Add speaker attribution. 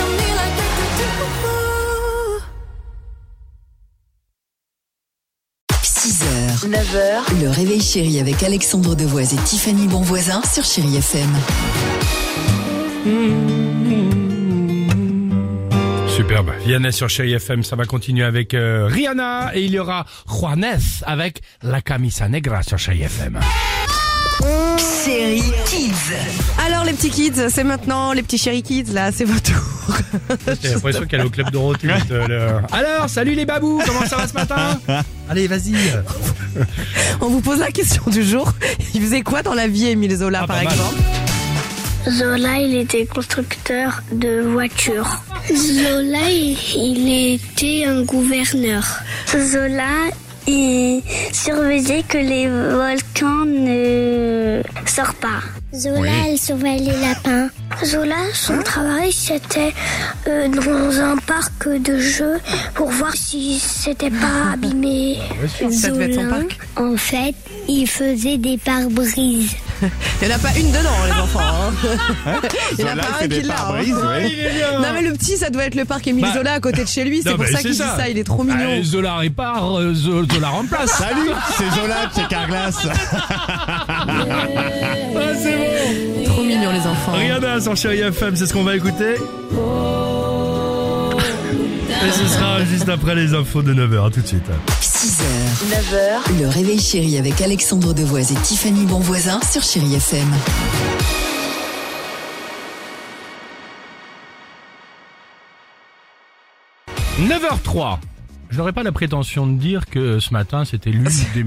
Speaker 1: on me like we could do.
Speaker 2: 6h, 9h, le réveil chéri avec Alexandre Devoise et Tiffany Bonvoisin sur Chérie FM.
Speaker 3: Superbe. Vianney sur Chéri FM, ça va continuer avec euh, Rihanna et il y aura Juanes avec La Camisa Negra sur Chéri FM.
Speaker 2: Chérie Kids,
Speaker 4: Alors les petits kids, c'est maintenant les petits chéri kids là, c'est votre tour.
Speaker 3: J'ai l'impression qu'elle est au club Dorothée. euh, le- Alors, salut les babous, comment ça va ce matin Allez, vas-y.
Speaker 4: On vous pose la question du jour. Il faisait quoi dans la vie Émile Zola
Speaker 3: Ah,
Speaker 4: par
Speaker 3: pas mal.
Speaker 4: exemple
Speaker 5: Zola, il était constructeur de voitures. Zola, il- il était un gouverneur. Zola, il surveillait que les volcans ne sortent pas. Zola, il surveillait les lapins. Zola, son travail, c'était euh, dans un parc de jeux pour voir si c'était pas abîmé.
Speaker 4: Ça devait être son
Speaker 5: Zola,
Speaker 4: parc.
Speaker 5: en fait, il faisait des pare-brises.
Speaker 4: Il n'y en a pas une dedans les enfants. hein. Il n'y en a pas un qui l'a. hein. Non mais le petit ça doit être le parc Émile
Speaker 3: Bah.
Speaker 4: Zola à côté de chez lui, c'est
Speaker 3: Non,
Speaker 4: pour
Speaker 3: mais
Speaker 4: ça
Speaker 3: c'est
Speaker 4: qu'il dit
Speaker 3: ça.
Speaker 4: ça, il est trop mignon.
Speaker 3: Zola répare, euh, Zo- Zola remplace.
Speaker 6: Salut, c'est Zola de chez Carglass.
Speaker 3: Ah,
Speaker 4: Trop mignon les enfants.
Speaker 3: Rihanna sur Chéri FM, c'est ce qu'on va écouter. Et ce sera juste après les infos de 9h, tout de suite.
Speaker 2: 6h, 9h, le réveil chéri avec Alexandre Devoise et Tiffany Bonvoisin sur Chérie FM.
Speaker 3: Je n'aurais pas la prétention de dire que ce matin, c'était l'une des